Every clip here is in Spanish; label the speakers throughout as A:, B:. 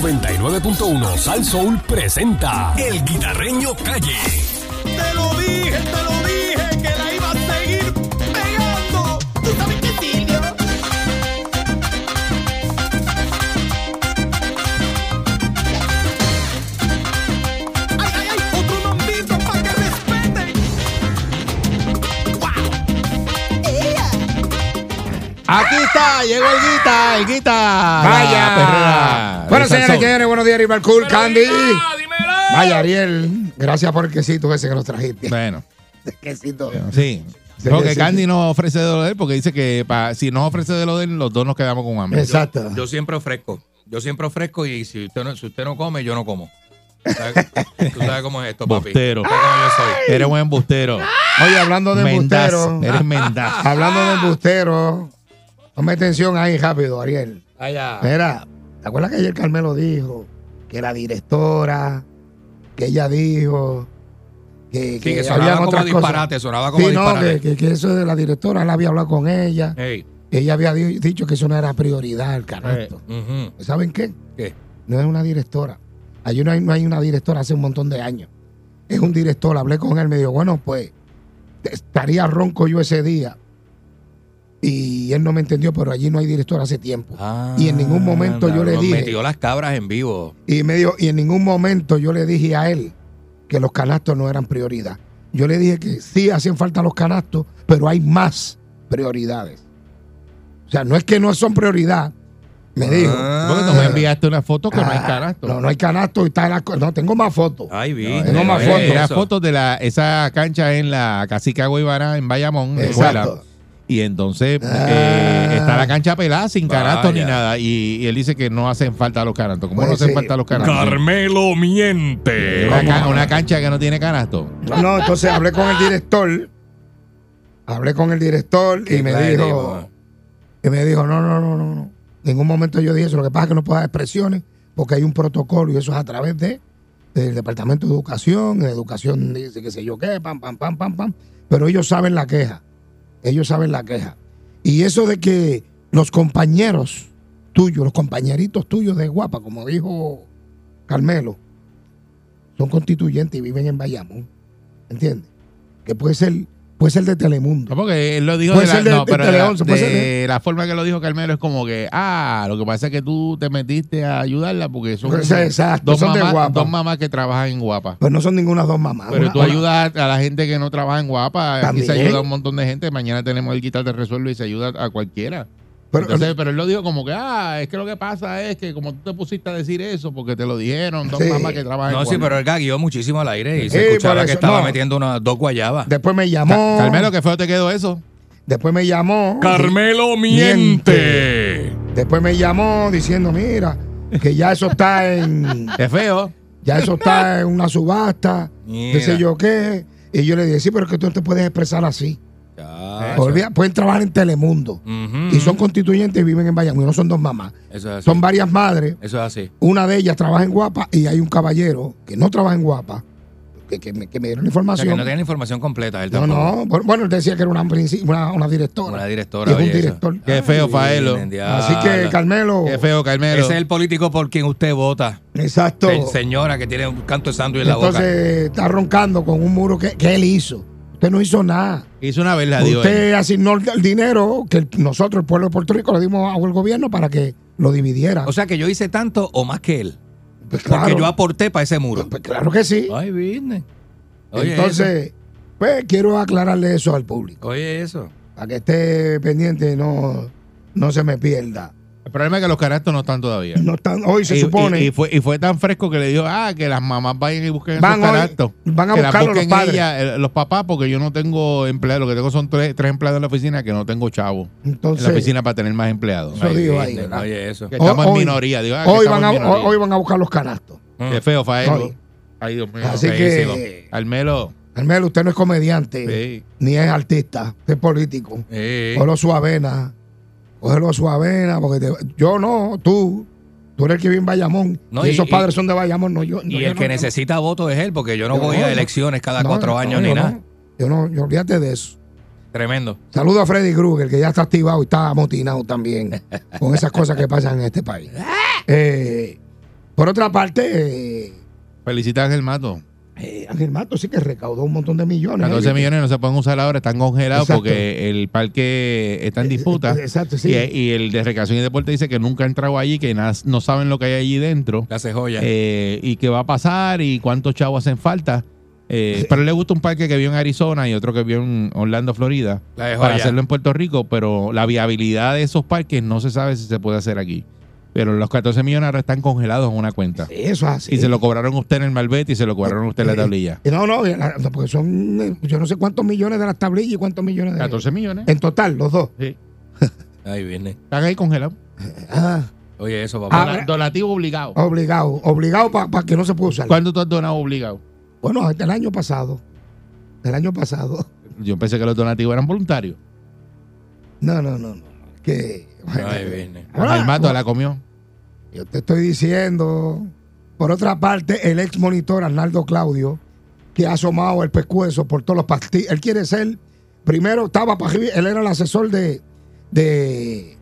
A: 99.1 Sal Soul presenta El Guitarreño Calle.
B: Te lo dije, te lo dije que la iba a seguir pegando. ¿Tú sabes qué, Silvio? Ay, ay, ay, otro nombito para que respeten. ¡Wow!
C: Aquí está, llegó el guita, el guita. La perrera
D: Vaya.
C: de
D: Bueno,
C: Salsón.
D: señores, señores, buenos días, Rival Cool, Candy. Vaya, Ariel, gracias por el quesito ese que nos trajiste.
E: Bueno,
D: quesito.
E: sí.
D: Sí,
E: Creo que
D: sí,
E: Candy no ofrece de lo de él porque dice que pa- si no ofrece de lo de él, los dos nos quedamos con hambre.
D: Exacto.
F: Yo siempre ofrezco. Yo siempre ofrezco y si usted no, si usted no come, yo no como. Tú sabes- Tú sabes cómo es esto, papi.
E: Bostero.
F: Tú sabes cómo yo soy.
E: Eres un embustero.
D: Oye, hablando de
E: Mendaz.
D: embustero,
E: Eres mendaz.
D: hablando
F: Ah.
D: de embustero, ponme atención ahí rápido, Ariel.
F: Vaya.
D: Mira, ¿te acuerdas que ayer Carmelo dijo que la directora, que ella dijo que,
F: Sí, que
D: habían
F: sonaba como
D: otras cosas?
F: disparate, sonaba como
D: Sí, no,
F: disparate. Eh.
D: que, que- que eso de la directora, él había hablado con ella,
F: Ey,
D: ella había di- dicho que eso no era prioridad, el
F: Eh.
D: carajo.
F: ujú.
D: ¿Saben qué?
F: ¿Qué?
D: No es una directora. Allí no hay, no hay una directora hace un montón de años. Es un director. Hablé con él, me dijo, bueno, pues estaría ronco yo ese día. Y él no me entendió, pero allí no hay director hace tiempo. Y en ningún momento yo le
F: nos
D: dije-
F: Ah, Metió las cabras en vivo.
D: Y me dijo, y en ningún momento yo le dije a él que los canastos no eran prioridad. Yo le dije que sí hacían falta los canastos, pero hay más prioridades. O sea, no es que no son prioridad, me dijo.
F: Ah,
E: Porque tú me
F: pues,
E: enviaste una foto que no hay
D: Ah,
E: canasto.
D: No, no hay canasto y está la co- No, tengo más fotos.
F: Ay, vi.
D: tengo más
E: Eh,
D: fotos.
E: Era
F: eso.
E: fotos de la, esa cancha en la Cacica Guaybara en Bayamón, en
D: Exacto.
E: Guala. Y entonces
D: Ah.
E: eh, está la cancha pelada sin canastos ni
F: Vaya.
E: nada. Y, y él dice que no hacen falta los canastos. ¿Cómo
D: Pues
E: no hacen
D: sí.
E: falta los canastos?
A: Carmelo miente.
E: Una, ca- una cancha que no tiene canasto.
D: No, no, entonces hablé con el director. Hablé con el director y
F: Qué
D: me
F: clase,
D: dijo.
F: mano.
D: Y me dijo, no, no, no, no, no. En ningún momento yo dije eso. Lo que pasa es que no puedo dar expresiones porque hay un protocolo y eso es a través de del Departamento de Educación. En Educación dice que sé yo qué, pam, pam, pam, pam, pam. Pero ellos saben la queja. Ellos saben la queja. Y eso de que los compañeros tuyos, los compañeritos tuyos de Guapa, como dijo Carmelo, son constituyentes y viven en Bayamón. ¿Entiendes? Que puede ser, puede ser de Telemundo.
E: No, porque él lo dijo
D: Puede
E: de la,
D: ser de-
E: no,
D: de
E: pero de,
D: Tele
E: la-
D: 11, puede
E: de
D: ser ¿eh?
E: la forma que lo dijo Carmelo es como que, ah, lo que pasa es que tú te metiste a ayudarla porque son
D: Pues, exacto,
E: dos,
D: son de
E: mamás,
D: Guapa.
E: dos mamás que trabajan en Guapa.
D: Pues no son ninguna dos mamás.
E: Pero
D: Una-
E: tú
D: una-
E: ayudas a la gente que no trabaja en Guapa. Aquí se
D: También.
E: ayuda a un montón de gente. Mañana tenemos el Guitar de Resuelve y se ayuda a cualquiera.
D: Pero- eh,
E: Pero, Entonces, pero él lo dijo como que, ah, es que lo que pasa es que como tú te pusiste a decir eso porque te lo dijeron dos
D: Sí.
E: mamás que trabajan
F: No,
E: en
F: sí,
E: Guapa.
F: pero él gagueó muchísimo al aire y se
D: Sí, por
F: escuchaba que
D: eso-
F: estaba
D: no.
F: metiendo unas dos guayabas.
D: Después me llamó.
E: Ca- Carmelo, qué feo te quedó eso.
D: Después me llamó.
A: Carmelo miente.
D: Miente. Después me llamó diciendo, mira, que ya eso está en.
E: Qué feo.
D: Ya eso está en una subasta.
F: Mira.
D: Qué sé yo qué. Y yo le dije, sí, pero es que tú no te puedes expresar así.
F: Ya, eso-
D: Olvida- pueden trabajar en Telemundo.
F: Ujú.
D: Y son constituyentes y viven en Bayamón. No son dos mamás.
F: Eso es Mm. así.
D: Son varias madres.
F: Eso es así.
D: Una de ellas trabaja en Guapa y hay un caballero que no trabaja en Guapa, que, que me, que me dieron
F: O sea,
D: información.
F: que no tiene la información completa. Él
D: No,
F: tampoco.
D: no. Bueno, Bueno, él decía que era una, princi- una, una directora.
F: Una directora,
D: Y es un
F: oye, eso.
D: director.
E: Qué feo, Faelo.
F: Bien, diablo.
D: Así que, Carmelo.
E: Qué feo, Carmelo.
F: Ese es el político por quien usted vota.
D: Exacto.
F: Se- Señora que tiene un canto de sándwich en la boca.
D: Entonces está roncando con un muro que, que él hizo. Usted no hizo nada.
E: Hizo una verdad, Dios.
D: Usted asignó el el dinero que el- nosotros, el pueblo de Puerto Rico, le dimos al gobierno para que lo dividiera.
F: O sea que yo hice tanto o más que él.
D: Pues
F: Porque
D: claro.
F: yo aporté para ese muro.
D: Pues claro que sí.
F: Ay, business. Oye,
D: Entonces, pues quiero aclararle eso al público.
F: eso. Oye, eso.
D: Para que esté pendiente y no, no se me pierda.
E: El problema es que los canastos no están todavía.
D: No están, hoy se
E: y,
D: supone.
E: y- y fue, y fue tan fresco que le dijo, ah, que las mamás vayan y busquen esos
D: Van hoy,
E: canastos.
D: van a
E: Que las
D: buscarlo los
E: busquen
D: padres.
E: ellas, eh, los papás, porque yo no tengo empleados. Lo que tengo son tres, tres empleados en la oficina que no tengo chavo en
D: entonces,
E: la oficina para tener más empleados.
D: Eso
E: Ay,
D: digo
E: Dios,
D: ahí,
E: Dios,
D: ¿verdad?
F: Oye, eso.
E: que estamos en
D: Hoy-
E: minoría. Digo, ah, que
D: hoy,
E: estamos
D: van a,
E: en minoría.
D: hoy van a buscar los canastos.
F: Mm.
E: Qué feo, Faelo.
D: Hoy.
E: Mm. Ay, Dios mío.
D: Así
E: feísimo.
D: que- eh,
E: Carmelo.
D: Carmelo, usted no es comediante,
E: Sí.
D: ni es artista, usted es político.
F: Eh,
D: Cógelo su avena. Cógelo su avena, porque te- yo no, tú. Tú eres el que vive en Bayamón.
F: No,
D: y,
F: y-
D: esos
F: y-
D: padres son de Bayamón, no yo. no,
F: y
D: yo
F: el
D: no,
F: que
D: yo no.
F: necesita votos es él, porque yo no
D: Yo
F: voy
D: no,
F: a
D: yo-
F: elecciones cada
D: No,
F: cuatro
D: no,
F: años
D: yo no.
F: ni nada.
D: Yo no, yo olvídate de eso.
F: Tremendo.
D: Saludo a Freddy Krueger, que ya está activado y está amotinado también con esas cosas que pasan en este país. Eh, Por otra parte, eh,
E: Felicitas a Germato.
D: eh, Ángel Mato sí que recaudó un montón de millones.
E: 14
D: ¿eh?
E: millones no se pueden usar ahora, están congelados
D: Exacto.
E: porque el parque está en disputa.
D: Eh, Exacto, sí.
E: Y, eh, y el de Recreación y Deporte dice que nunca ha entrado allí, que nas- no saben lo que hay allí dentro.
F: La cejoya.
E: eh, y qué va a pasar y cuántos chavos hacen falta. Eh, pero le gusta un parque que vio en Arizona y otro que vio en Orlando, Florida,
F: la de
E: para
F: joya.
E: hacerlo en Puerto Rico, pero la viabilidad de esos parques no se sabe si se puede hacer aquí. Pero los 14 millones ahora están congelados en una cuenta.
D: Eso es así.
E: Y se lo cobraron a usted en el malvete y se lo cobraron a usted en la tablilla.
D: Eh, No, no, eh, la- porque son eh, yo no sé cuántos millones de las tablillas y cuántos millones de...
E: 14 millones.
D: En total, los dos.
F: Ahí viene.
E: Están ahí congelados.
D: Ah,
F: Oye, eso, papá.
D: Ah,
E: Donativo obligado.
D: obligado, obligado para que no se pueda usar.
E: ¿Cuándo tú has donado obligado?
D: Bueno, hasta el año pasado. El año pasado.
E: Yo pensé que los donativos eran voluntarios.
D: No, no, no. no. Que...
F: Ahí viene.
D: Ah,
E: Con el mato la comió.
D: Yo te estoy diciendo. Por otra parte, el ex monitor Arnaldo Claudio, que ha asomado el pescuezo por todos los partidos. Él quiere ser. Primero estaba para arriba, él era el asesor de, de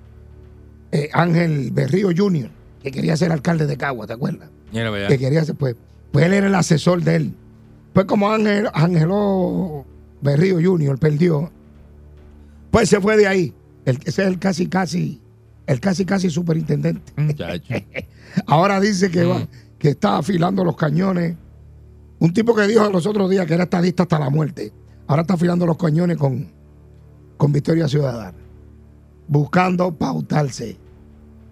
D: eh, Ángel Berrío Jr., que quería ser alcalde de Cagua, ¿te acuerdas?
F: Mira, vea.
D: que quería hacer, pues, pues él era el asesor de él. Pues como Ángel, Ángelo Berrío Jr. perdió, pues se fue de ahí. El, ese es el casi casi, el casi casi superintendente.
E: Mm. Muchacho.
D: Ahora dice que, va, que está afilando los cañones. Un tipo que dijo los otros días que era estadista hasta la muerte. Ahora está afilando los cañones con, con Victoria Ciudadana. Buscando pautarse.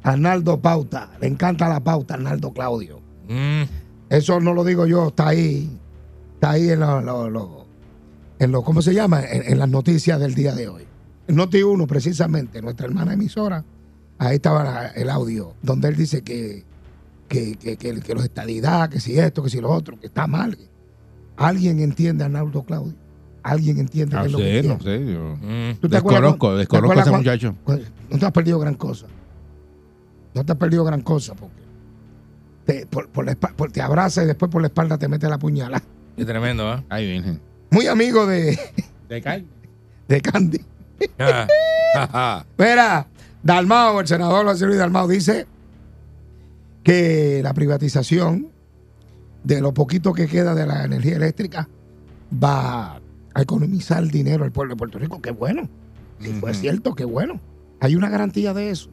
D: Arnaldo pauta. Le encanta la pauta, Arnaldo Claudio.
F: Mm,
D: Eso no lo digo yo, está ahí. Está ahí en los. Lo, lo- en lo, ¿Cómo se llama? En, en las noticias del día de hoy. En Noti 1, precisamente, nuestra hermana emisora, ahí estaba la- el audio, donde él dice que, que, que, que, que los estadidad, que si esto, que si lo otro, que está mal. ¿Alguien entiende a Arnaldo Claudio? ¿Alguien entiende
E: No
D: qué es lo que
E: sé, Ah, no
D: quiere?
E: sé. Yo.
F: mm.
D: ¿Tú te acuerdas
E: Desconozco,
D: cuando-
E: desconozco a
D: te acuerdas
E: ese
D: cuando-
E: muchacho.
D: pues, no te has perdido gran cosa. No te has perdido gran cosa porque te, por, por la espa- por- te abraza y después por la espalda te mete la puñalada.
F: Qué tremendo, ¿eh?
E: Ay, virgen.
D: Muy amigo de,
E: De calle.
D: de Candy.
F: Ja, ja, ja.
D: Mira, Dalmao, el senador José Luis Dalmao dice que la privatización de lo poquito que queda de la energía eléctrica va a economizar dinero al pueblo de Puerto Rico. Qué bueno. Si fue
F: Ujú.
D: cierto, qué bueno. Hay una garantía de eso.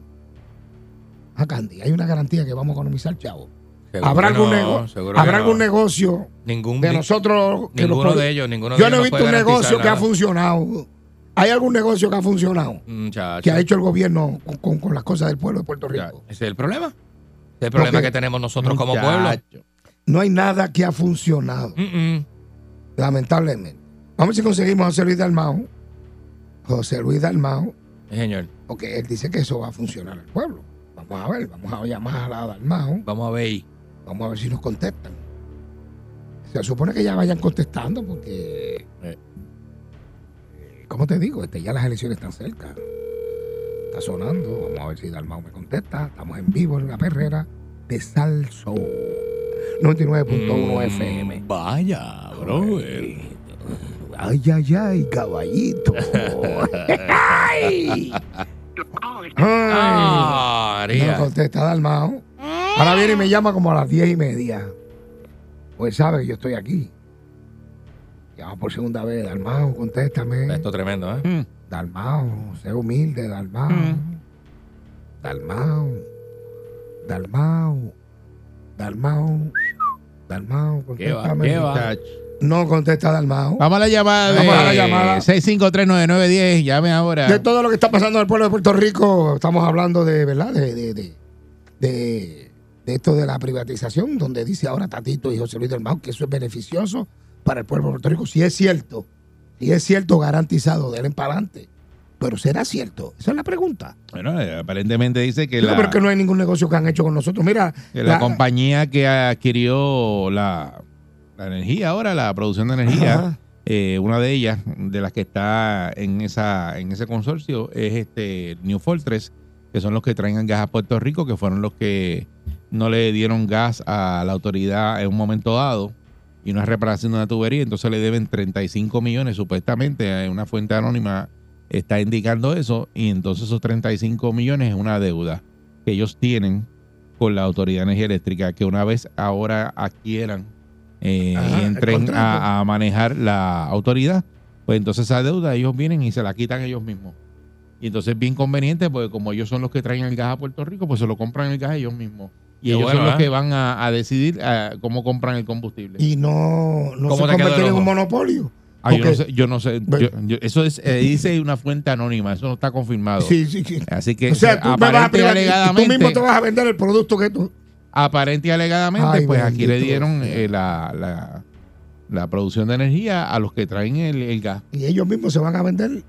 D: Ah, Candy, hay una garantía que vamos a economizar, chavo.
F: Seguro
D: ¿Habrá,
F: que
D: algún,
F: no,
D: nego-
F: seguro
D: ¿habrá
F: que
D: algún
F: no.
D: negocio
F: Ningún
D: de
F: di-
D: nosotros que los
F: ninguno
D: produ-
F: de ellos, ninguno de
D: Yo
F: ellos
D: no he
F: nos
D: visto
F: puede
D: un negocio
F: garantizar
D: que ha
F: nada. Mm,
D: funcionado. ¿Hay algún negocio que ha funcionado?
F: Muchacho.
D: que ha hecho el gobierno con, con- con las cosas del pueblo de Puerto Rico.
F: Ese es el problema. Ese es el problema
D: Porque-
F: que tenemos
D: Mm,
F: nosotros como pueblo.
E: Muchacho.
D: No hay nada que ha funcionado,
F: Mm, mm.
D: lamentablemente. Vamos a ver si conseguimos a José Luis Dalmao. José Luis Dalmao,
F: Sí, Señor,
D: porque él dice que eso va a funcionar al pueblo. Vamos a ver, vamos a llamar a la Dalmao,
F: vamos a ver ahí.
D: vamos a ver si nos contestan. Se supone que ya vayan contestando porque, eh, ¿cómo te digo? Este, ya las elecciones están cerca. Está sonando, vamos a ver si Dalmao me contesta. Estamos en vivo en la perrera de Salso. 99.1 FM.
F: Mm. Vaya, brother.
D: Ay, ay, ay, caballito. ay. Ay.
F: Ah,
D: No
F: María.
D: contesta Dalmao. Ahora viene y me llama como a las diez y media. Pues sabe que yo estoy aquí. Llama por segunda vez, Dalmao, contéstame.
F: Esto es tremendo, ¿eh?
E: Mm.
D: Dalmao, sé humilde, Dalmao.
E: Mm.
D: Dalmao. Dalmao. Dalmao. Dalmao,
F: ¿Qué va?
D: contéstame.
F: ¿Qué va?
E: Muchacho.
D: No contesta Dalmao.
E: Vamos a la llamada Eh, de
D: Vamos a la llamada.
E: 6539910. Llame ahora.
D: De todo lo que está pasando en el pueblo de Puerto Rico, estamos hablando de, ¿verdad? De, de, de, de- de esto de la privatización, donde dice ahora Tatito y José Luis del Mau que eso es beneficioso para el pueblo de Puerto Rico. Si es cierto, si es cierto, garantizado, denle para adelante. Pero ¿será cierto? Esa es la pregunta.
E: Bueno, eh, aparentemente dice que
D: Yo
E: la,
D: creo que no hay ningún negocio que han hecho con nosotros. Mira,
E: que la
D: la-
E: compañía que adquirió la, la energía ahora, la producción de energía,
D: Ajá.
E: eh, una de ellas, de las que está en esa en ese consorcio, es este New Fortress, que son los que traen gas a Puerto Rico, que fueron los que no le dieron gas a la autoridad en un momento dado y una reparación de una tubería, entonces le deben 35 millones supuestamente, eh, una fuente anónima está indicando eso, y entonces esos 35 millones es una deuda que ellos tienen con la Autoridad de Energía Eléctrica, que una vez ahora adquieran eh,
D: Ajá,
E: y
D: el
E: entren
D: contrato.
E: a, a manejar la autoridad, pues entonces esa deuda ellos vienen y se la quitan ellos mismos. Y entonces es bien conveniente, porque como ellos son los que traen el gas a Puerto Rico, pues se lo compran el gas ellos mismos. Y
F: Qué
E: ellos
F: bueno,
E: son los
F: ¿eh?
E: que van a, a decidir ah, cómo compran el combustible.
D: Y no, no se
F: ¿Cómo te quedó el
D: convertir en
F: ojo?
D: un monopolio.
E: Ah, yo no
D: porque-
E: sé, yo no sé,
D: Ve-
E: yo- yo- eso es, eh, dice una fuente anónima, eso no está confirmado.
D: Sí, sí, sí.
E: Así que
D: O sea, tú, me vas a
E: aparente y
D: privar- tú
E: alegadamente,
D: mismo te vas a vender el producto que tú.
E: aparente y alegadamente,
D: Ay,
E: pues aquí le
D: bendito
E: dieron
D: Dios.
E: eh, la, la, la producción de energía a los que traen el, el gas.
D: Y ellos mismos se van a vender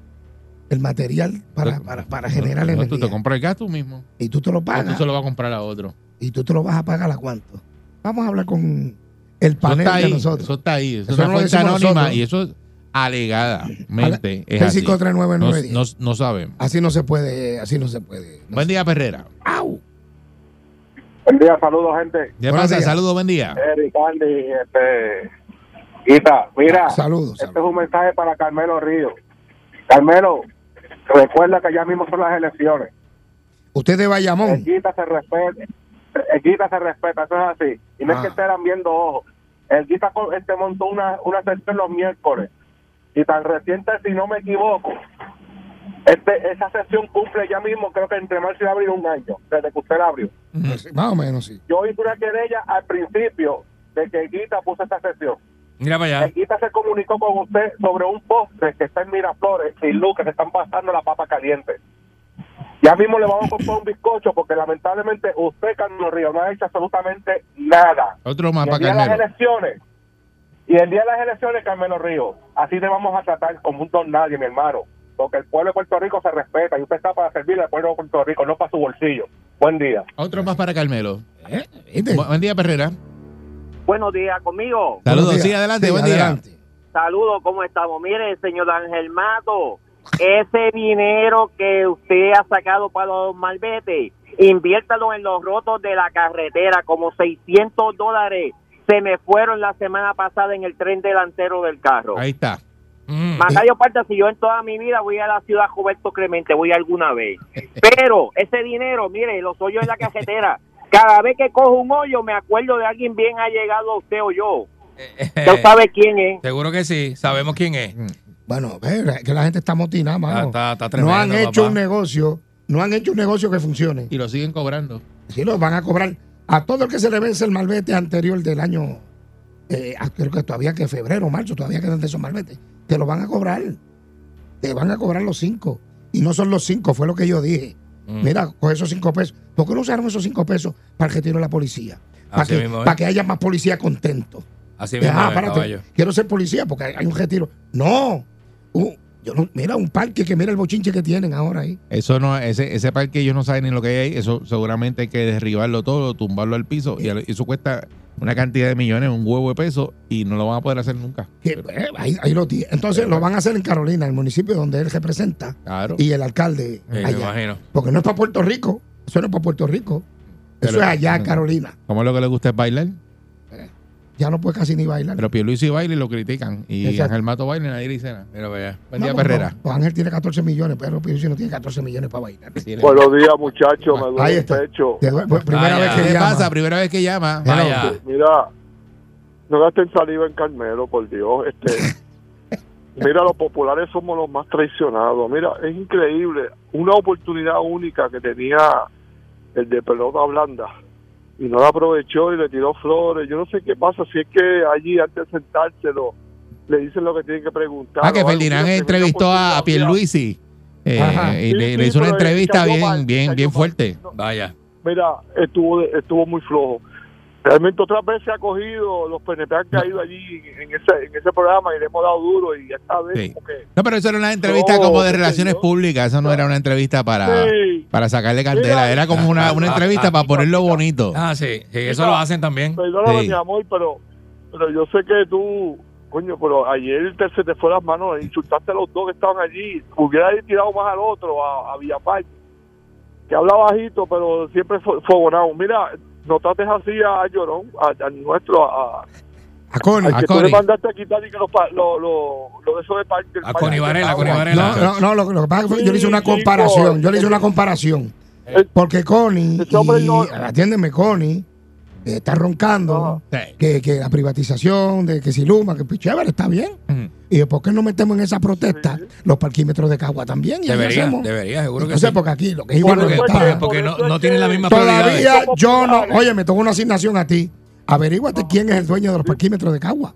D: el material para, para, para generar
E: No, no, Tú te
D: energía.
E: compras el gas tú mismo.
D: Y tú te lo
E: O tú
D: pagas.
E: se lo vas a comprar a otro.
D: Y tú te lo vas a pagar a cuánto. Vamos a hablar con el
E: Eso
D: panel
E: está
D: de
E: ahí.
D: nosotros.
E: Eso está ahí. Eso
D: Eso
E: es una
D: no lo
E: fuente
D: decimos
E: anónima
D: nosotros.
E: y eso es alegadamente. es así. No,
D: 6539910.
E: no- no sabemos.
D: Así no se puede, así no se puede. No
E: Buen
D: se-
E: día, Perrera.
D: ¡Au!
G: Buen día, saludos, gente.
E: Ya
D: Buenos
E: pasa,
D: días.
E: saludos, buen día.
G: Eh, Ricardo y este. Guita, mira,
D: Saludos.
G: este es
D: saludos.
G: un mensaje para Carmelo Ríos. Carmelo, recuerda que ya mismo son las elecciones.
D: Usted de
G: El
D: Bayamón.
G: Guita se respeta, el Guita se respeta, eso es así. Y no
D: Ah.
G: es que estarán viendo ojos. El Guita co- este montó una, una sesión los miércoles. Y tan reciente, si no me equivoco, este, esa sesión cumple ya mismo, creo que entre marzo y abril un año, desde que usted la abrió.
D: Pues Sí, Más o menos, sí.
G: Yo hice una querella al principio de que Guita puso esta sesión.
F: Mira para allá.
G: Guita se comunicó con usted sobre un postre que está en Miraflores y Lucas que están pasando la papa caliente. Ya mismo le vamos a comprar un bizcocho porque lamentablemente usted, Carlos Río, no ha hecho absolutamente nada.
E: Otro
G: Y
E: mapa,
G: el día de las
E: Carmelo.
G: elecciones, y el día de las elecciones, Carmelo Río, así te vamos a tratar como un don nadie, mi hermano. Porque el pueblo de Puerto Rico se respeta y usted está para servirle al pueblo de Puerto Rico, no para su bolsillo. Buen día.
E: Otro más para Carmelo.
D: ¿Eh? ¿Viste?
E: Bu- Buen día, Perrera.
H: Buenos días conmigo.
E: Saludos,
D: Buenos días.
E: sí, adelante,
D: Sí,
E: buen
D: adelante.
H: Saludos, ¿cómo estamos? Mire, señor Ángel Mato, ese dinero que usted ha sacado para los malbetes, inviértalo en los rotos de la carretera, como 600 dólares se me fueron la semana pasada en el tren delantero del carro.
E: día. Ahí está.
F: Mm.
H: Macario Parta, si yo en toda mi vida voy a la ciudad Roberto Clemente, voy alguna vez. Pero ese dinero, mire, los hoyos en la carretera, cada vez que cojo un hoyo me acuerdo de alguien bien allegado a usted o yo.
I: Eh.
H: Usted sabe quién es.
F: Seguro que sí. Sabemos quién es.
D: Mm. Bueno, ve, que la gente está motinada, mano.
F: Ah, está- está
D: no han
F: tremendo,
D: hecho
F: papá.
D: un negocio, no han hecho un negocio que funcione.
E: Y lo siguen cobrando.
D: Si lo van a cobrar a todo el que se le vence el malvete anterior del año, eh, ah, creo que todavía que febrero, marzo, todavía quedan de esos malvete, te lo van a cobrar. Te van a cobrar los cinco. Y no son los cinco, fue lo que yo dije.
F: Mm.
D: Mira, con esos cinco pesos. ¿Por qué no usaron esos cinco pesos para el retiro de la policía? Para
F: Así
D: que,
F: mismo es.
D: para que haya más policía contento.
F: Así
D: Ah,
F: mismo, es,
D: espérate,
F: caballo.
D: quiero ser policía porque hay, hay un retiro. No. Uh, yo no- mira, un parque que mira el bochinche que tienen ahora ahí.
E: Eso no, ese, ese parque ellos no saben ni lo que hay ahí. Eso seguramente hay que derribarlo todo, tumbarlo al piso. Y al- eso cuesta una cantidad de millones, un huevo de pesos, y no lo van a poder hacer nunca.
D: Que, eh, ahí, ahí lo tiene. Entonces lo van a hacer en Carolina, el municipio donde él representa
E: Claro.
D: y el alcalde
F: Sí, me
D: allá.
F: imagino.
D: Porque no es para Puerto Rico. Eso no es para Puerto Rico. Eso
E: Pero-
D: es allá, Carolina.
E: ¿Cómo es lo que le gusta es bailar?
D: Ya no puede casi ni bailar.
E: Pero Pierluisi baila y lo critican. Y
D: Exacto.
E: Ángel Mato baila y nadie le dice nada.
F: Mira para allá.
E: Buen día,
D: No, no,
E: Perrera.
D: no. Pues Ángel tiene 14 millones, pero Pierluisi no tiene 14 millones para bailar.
E: Sí, le-
G: Buenos días, muchachos. Me
D: Ahí
G: duele el
D: está.
G: pecho.
D: Te doy- pues, primera
F: Vaya.
D: vez que
E: ¿Qué le
D: llama.
E: pasa? Primera vez que llama.
F: Vaya.
G: Mira, no gasten saliva en Carmelo, por Dios. Este, mira, los populares somos los más traicionados. Mira, es increíble. Una oportunidad única que tenía el de pelota blanda y no la aprovechó y le tiró flores. Yo no sé qué pasa si es que allí antes de sentárselo le dicen lo que tienen que preguntar.
E: Ah, que
G: o algo.
E: Ferdinand
G: Mira,
E: entrevistó a,
G: segunda
E: a Pierluisi. eh,
D: Ajá.
E: y
G: Sí,
E: le,
G: sí,
E: le hizo una
G: pero él
E: entrevista
G: cayó
E: bien,
G: mal,
E: bien,
G: cayó
E: bien
G: mal.
E: fuerte.
F: Vaya.
G: mira, estuvo estuvo muy flojo. Realmente otras veces ha cogido, los PNP han caído allí en ese, en ese programa y le hemos dado duro y esta vez
E: Sí.
G: como que...
E: No, pero eso era una entrevista
G: No,
E: como de
G: qué sé
E: relaciones
G: yo.
E: públicas. Eso no era una entrevista para,
G: Sí,
E: para sacarle candela.
G: Mira.
E: Era como una, una entrevista para ponerlo bonito.
F: Ah, sí. sí, Eso lo hacen también.
G: perdóname
E: Sí.
G: mi amor, pero, pero yo sé que tú, coño, pero ayer te, se te fue las manos, insultaste a los dos que estaban allí, hubiera tirado más al otro, a, a Villaparte, que habla bajito, pero siempre fo- fogonado. Mira, no trates así a Llorón, a, a nuestro, a,
D: A Connie.
G: Al que tú
E: Connie.
G: le mandaste a quitar y que los pa- lo, lo, lo de eso de parte.
F: A Connie Varela, Connie Varela.
D: No, no, no, lo, lo que pasa es que yo le hice una
G: Sí, chico.
D: comparación. Yo le hice una comparación. Porque Connie,
G: Ese hombre no-
D: y- atiéndeme, Connie, eh, está roncando
E: Sí.
D: que, que la privatización, de que si Luma, que pues, chévere, está bien.
E: Ujú.
D: Y yo, ¿por qué no metemos en esa protesta los parquímetros de Cagua también? Y ahí
F: Debería,
D: hacemos.
F: debería, seguro que
D: No
F: sí.
D: sé, porque aquí lo que es
G: Por
D: igual
F: Porque,
G: eso es
D: está-
G: que-
F: porque
G: por
F: no,
G: eso
F: no
G: es
F: tienen la
G: que-
F: misma prioridad.
D: Todavía
G: prioridades.
D: yo no. Oye, me tengo una asignación a ti. Averíguate quién es el dueño de los parquímetros de Cagua.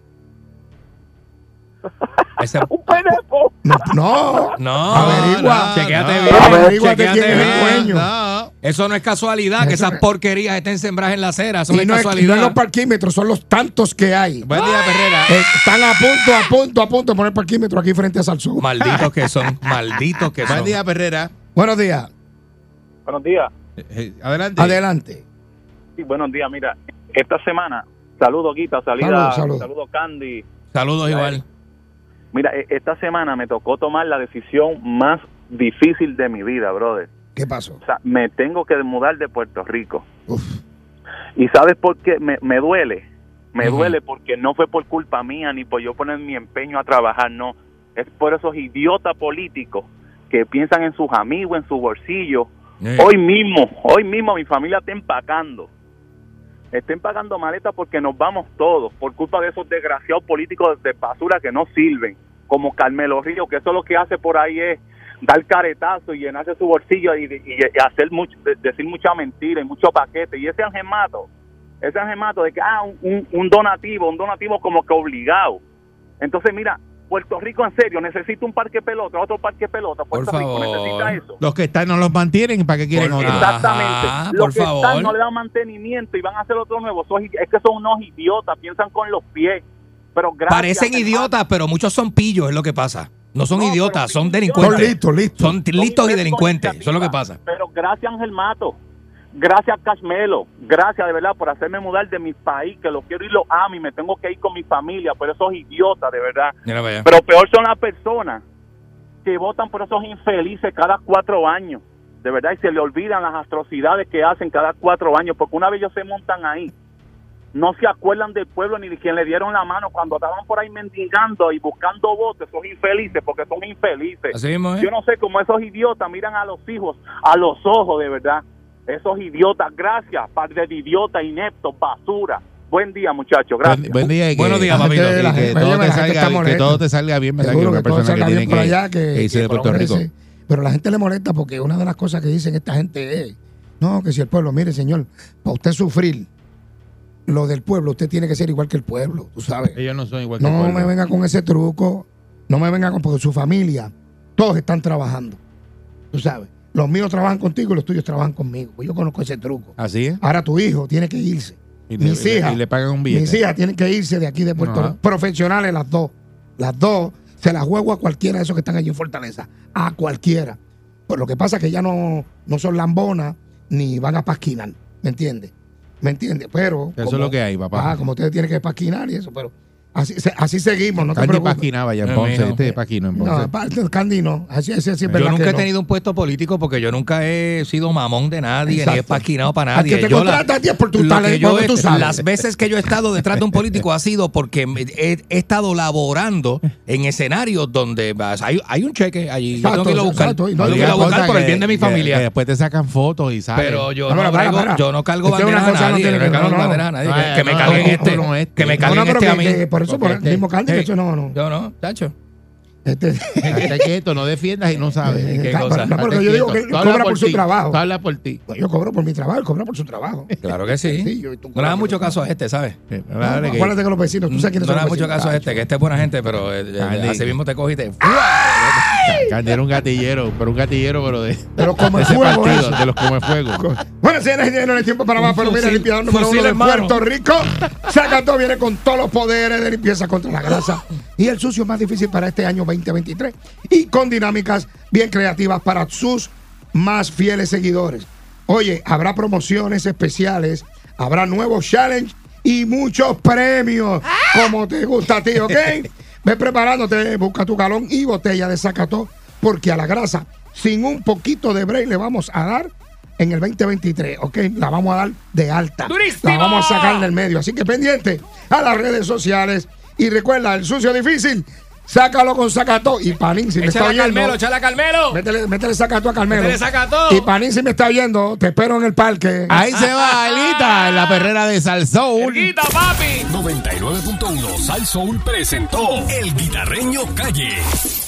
G: Un penepo.
D: No, no.
F: No,
D: Averigua.
F: no, chequéate
E: no.
F: bien.
G: Ah,
D: Averíguate
F: chequéate
D: quién es
F: bien.
D: el dueño.
E: Ah, No.
F: Eso no es casualidad que esas porquerías estén sembradas en la acera. Eso no
D: Y
F: es
D: no es, y no
F: casualidad.
D: es los parquímetros, son los tantos que hay.
E: Buen día, Perrera.
D: Eh, están a punto, a punto, a punto de poner parquímetro aquí frente a Salsón.
F: Malditos que son, malditos que son.
E: Buen día, Perrera.
D: Buenos días.
I: Buenos días.
E: Eh, eh, Adelante.
D: Adelante.
I: Sí, buenos días. Mira, esta semana, saludo Guita, salida,
D: Saludos, saludos.
I: saludo Candy.
F: Saludos igual.
I: Mira, e- esta semana me tocó tomar la decisión más difícil de mi vida, brother.
D: ¿Qué pasó?
I: O sea, me tengo que mudar de Puerto Rico.
D: Uf.
I: ¿Y sabes por qué? Me, me duele. Me
F: Ujú.
I: duele porque no fue por culpa mía ni por yo poner mi empeño a trabajar, no. Es por esos idiotas políticos que piensan en sus amigos, en su bolsillo.
F: Eh,
I: Hoy mismo, hoy mismo mi familia está empacando. Está empacando maletas porque nos vamos todos por culpa de esos desgraciados políticos de basura que no sirven, como Carmelo Río, que eso lo que hace por ahí es dar caretazo y llenarse su bolsillo y, y- y hacer mucho, de- decir mucha mentira y mucho paquete. Y ese Ángel Mato, ese Ángel Mato de que, ah, un- un, un donativo, un donativo como que obligado. Entonces, mira, Puerto Rico en serio necesita un parque pelota, otro parque pelota.
F: Por
I: Puerto Rico necesita
F: favor.
I: eso.
E: Los que están no los mantienen. ¿Para qué quieren
F: Por-
E: otro?
F: Ah.
I: Exactamente.
F: Ajá,
I: Los
F: por
I: que
F: favor.
I: están no le dan mantenimiento y van a hacer otro nuevo. Son idi- es que son unos idiotas, piensan con los pies. Pero gracias,
F: Parecen
I: hermano.
F: idiotas, pero muchos son pillos, es lo que pasa. No son
I: No,
F: idiotas, son
I: pero pillos.
D: Son
F: delincuentes.
D: listos, listos.
F: Son t- listos y
I: Son
F: delincuentes,
I: iniciativas.
F: eso es lo que pasa.
I: Pero gracias, Ángel Mato. Gracias, Cashmelo. Gracias, de verdad, por hacerme mudar de mi país, que lo quiero y lo amo y me tengo que ir con mi familia. Pero esos idiotas, de verdad.
F: Mira para allá.
I: Pero peor son las personas que votan por esos infelices cada cuatro años. De verdad, y se le olvidan las atrocidades que hacen cada cuatro años, porque una vez ellos se montan ahí, no se acuerdan del pueblo ni de quien le dieron la mano cuando estaban por ahí mendigando y buscando votos, son infelices, porque son infelices.
F: Así mismo, ¿eh?
I: Yo no sé cómo esos idiotas miran a los hijos, a los ojos, de verdad. Esos idiotas, gracias, padre de idiotas, ineptos, basura. Buen día, muchachos, gracias.
E: Buen, buen día. y que-
F: Buenos días,
E: la
F: papito.
E: gente-
D: la
E: Que,
D: gente-
E: todo
D: óyeme,
E: te
D: la gente está
E: salga, que
D: molesta.
E: todo te salga bien, ¿verdad? Que
D: Seguro
E: una
D: que todo
E: persona que
D: salga
E: tiene
D: bien por
E: que,
D: allá, que,
E: que irse
D: que
E: de Puerto Rico.
D: progrese. Pero la gente le molesta porque una de las cosas que dicen esta gente es, no, que si el pueblo, mire señor, para usted sufrir lo del pueblo, usted tiene que ser igual que el pueblo, tú sabes.
E: Ellos no son igual que
D: No
E: el pueblo.
D: me venga con ese truco, no me venga con, porque su familia, todos están trabajando, tú sabes. Los míos trabajan contigo y los tuyos trabajan conmigo, pues yo conozco ese truco.
E: Así es.
D: Ahora tu hijo tiene que irse.
E: Ah. Y le-
D: mis
E: y le-
D: hijas.
E: Y le pagan un billete.
D: Mis hijas tienen que irse de aquí de Puerto
E: Ajá.
D: Rico. Profesionales las dos. Las dos. Se las juego a cualquiera de esos que están allí en Fortaleza. A cualquiera. Pues lo que pasa es que ya no, no son lambonas ni van a pasquinar. ¿Me entiendes? ¿Me entiendes? Pero.
E: Eso es lo que hay, papá.
D: Ah, como ustedes tienen que pasquinar y eso, pero. Así, se- así seguimos, no te
E: Candy
D: preocupes.
E: paquinaba ya en
F: Eh,
E: Ponce.
F: mijo.
E: Este es paquino en
D: No,
E: Ponce.
D: aparte, Candy no. Así, así, así es
F: Yo
D: verdad
F: nunca
D: que
F: he
D: no.
F: tenido un puesto político porque yo nunca he sido mamón de nadie, ni he
D: Exacto.
F: pasquinado para
D: Al
F: nadie.
D: que te
F: Yo la-
D: contratan, tío, por tu
F: lo que
D: talento,
F: yo
D: porque
F: he-
D: tú sabes.
F: Las veces que yo he estado detrás de un político ha sido porque me- he, he estado laborando en escenarios donde vas- hay, hay un cheque allí. yo tengo que ir a
D: Exacto,
F: buscar.
D: exacto, y
F: yo
D: no
F: tengo que ir
E: digas
F: a buscar
E: cosas
F: por el
E: que-
F: bien de mi
E: que- que
F: familia.
E: después te sacan fotos y salen.
F: Pero yo
D: No,
F: no,
D: pero para,
F: cargo-
D: para.
F: yo no cargo
D: Esto es una
F: banderas a
D: cosa que no
F: nadie.
D: tiene
F: yo no
D: que-
F: cargo
D: no, no,
F: banderas a nadie.
E: no,
F: que- Que me
E: no,
F: caguen
E: no,
F: este.
E: no, este.
F: Que me
E: No,
D: No,
F: caguen
D: no, pero
F: este a
D: que- que
F: mí.
D: por eso, por el
E: Porque-
D: mismo Candy,
F: Hey.
D: que eso no, no.
F: Yo no, chacho.
D: Este-
E: Estate quieto, no defiendas y no sabes.
D: Eh,
F: qué
D: ca-
F: cosa?
D: No, porque
E: Estate
D: yo digo
E: quieto.
D: que él
E: Tú hablas
D: cobra por su
E: ti,
D: trabajo.
E: tú hablas por ti.
D: Pues Yo cobro por mi trabajo, él cobra por su trabajo.
F: Claro que sí.
D: yo- y tú
F: No le
D: cobras
F: da
D: por
F: mucho
D: tu
F: caso a este, ¿sabes?
E: Sí,
D: trabajo.
E: dale
D: No,
E: que-
D: acuérdate que los vecinos, tú sabes quiénes
F: No le da
D: son los
F: mucho
D: vecinos.
F: caso a este, que este es buena gente, pero eh, eh,
E: Dale.
F: así mismo te cogiste.
D: Ah,
E: Candy era un gatillero, pero un gatillero, pero de,
D: De los
E: de ese
D: comefuegos
E: partido,
D: esos.
E: de los comefuegos.
D: Bueno, señores, y señores, no hay tiempo para más, pero mira, el
F: fusil-
D: limpiador número
F: fusil
D: uno de
F: en mano.
D: Puerto Rico. Saca todo, viene con todos los poderes de limpieza contra la grasa y el sucio más difícil para este año 2023. Y con dinámicas bien creativas para sus más fieles seguidores. Oye, habrá promociones especiales, habrá nuevos challenges y muchos premios. Como te gusta a ti, ¿ok? Ve preparándote, busca tu galón y botella de sacató, porque a la grasa, sin un poquito de break, le vamos a dar en el 2023, ¿ok? La vamos a dar de alta. La vamos a sacar del medio. Así que pendiente a las redes sociales. Y recuerda, el sucio difícil sácalo con sacató. Y Panín, si me está
F: Échale a
D: oyendo.
F: Carmelo, échale a Carmelo.
D: Métele, métele sacató a Carmelo.
F: Métele sacató.
D: Y Panín, si me está oyendo, te espero en el parque.
C: Ahí se va, Elguita, en la perrera de Salsoul.
F: Quita, papi.
A: 99.1 Sal Soul presentó El Guitarreño Calle.